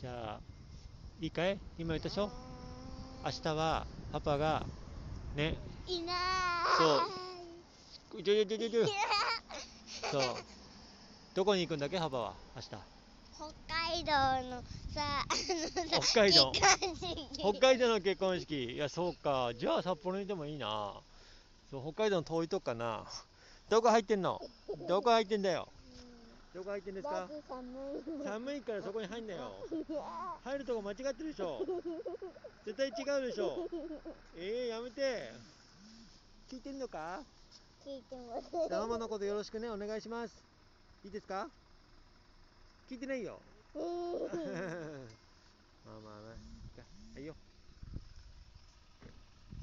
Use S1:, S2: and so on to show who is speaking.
S1: じゃあいいかい今言ったでしょ明日はパパがね
S2: いない
S1: ちょいちょいちょいちょい
S2: い
S1: そうどこに行くんだっけパパは明
S2: 北海道のさあのさ
S1: 北海道
S2: 結婚式
S1: 日北海道の結婚式いやそうかじゃあ札幌にいてもいいなそう北海道の遠いとこかなどこ入ってんのどこ入ってんだよどこ入ってんですか
S2: 僕寒い
S1: 寒いからそこに入んなよ入るとこ間違ってるでしょ絶対違うでしょえー、やめて聞いてんのか
S2: 聞いても
S1: ママのことよろしくねお願いしますいいですか 聞いてないよまあまあまあいいかはいよ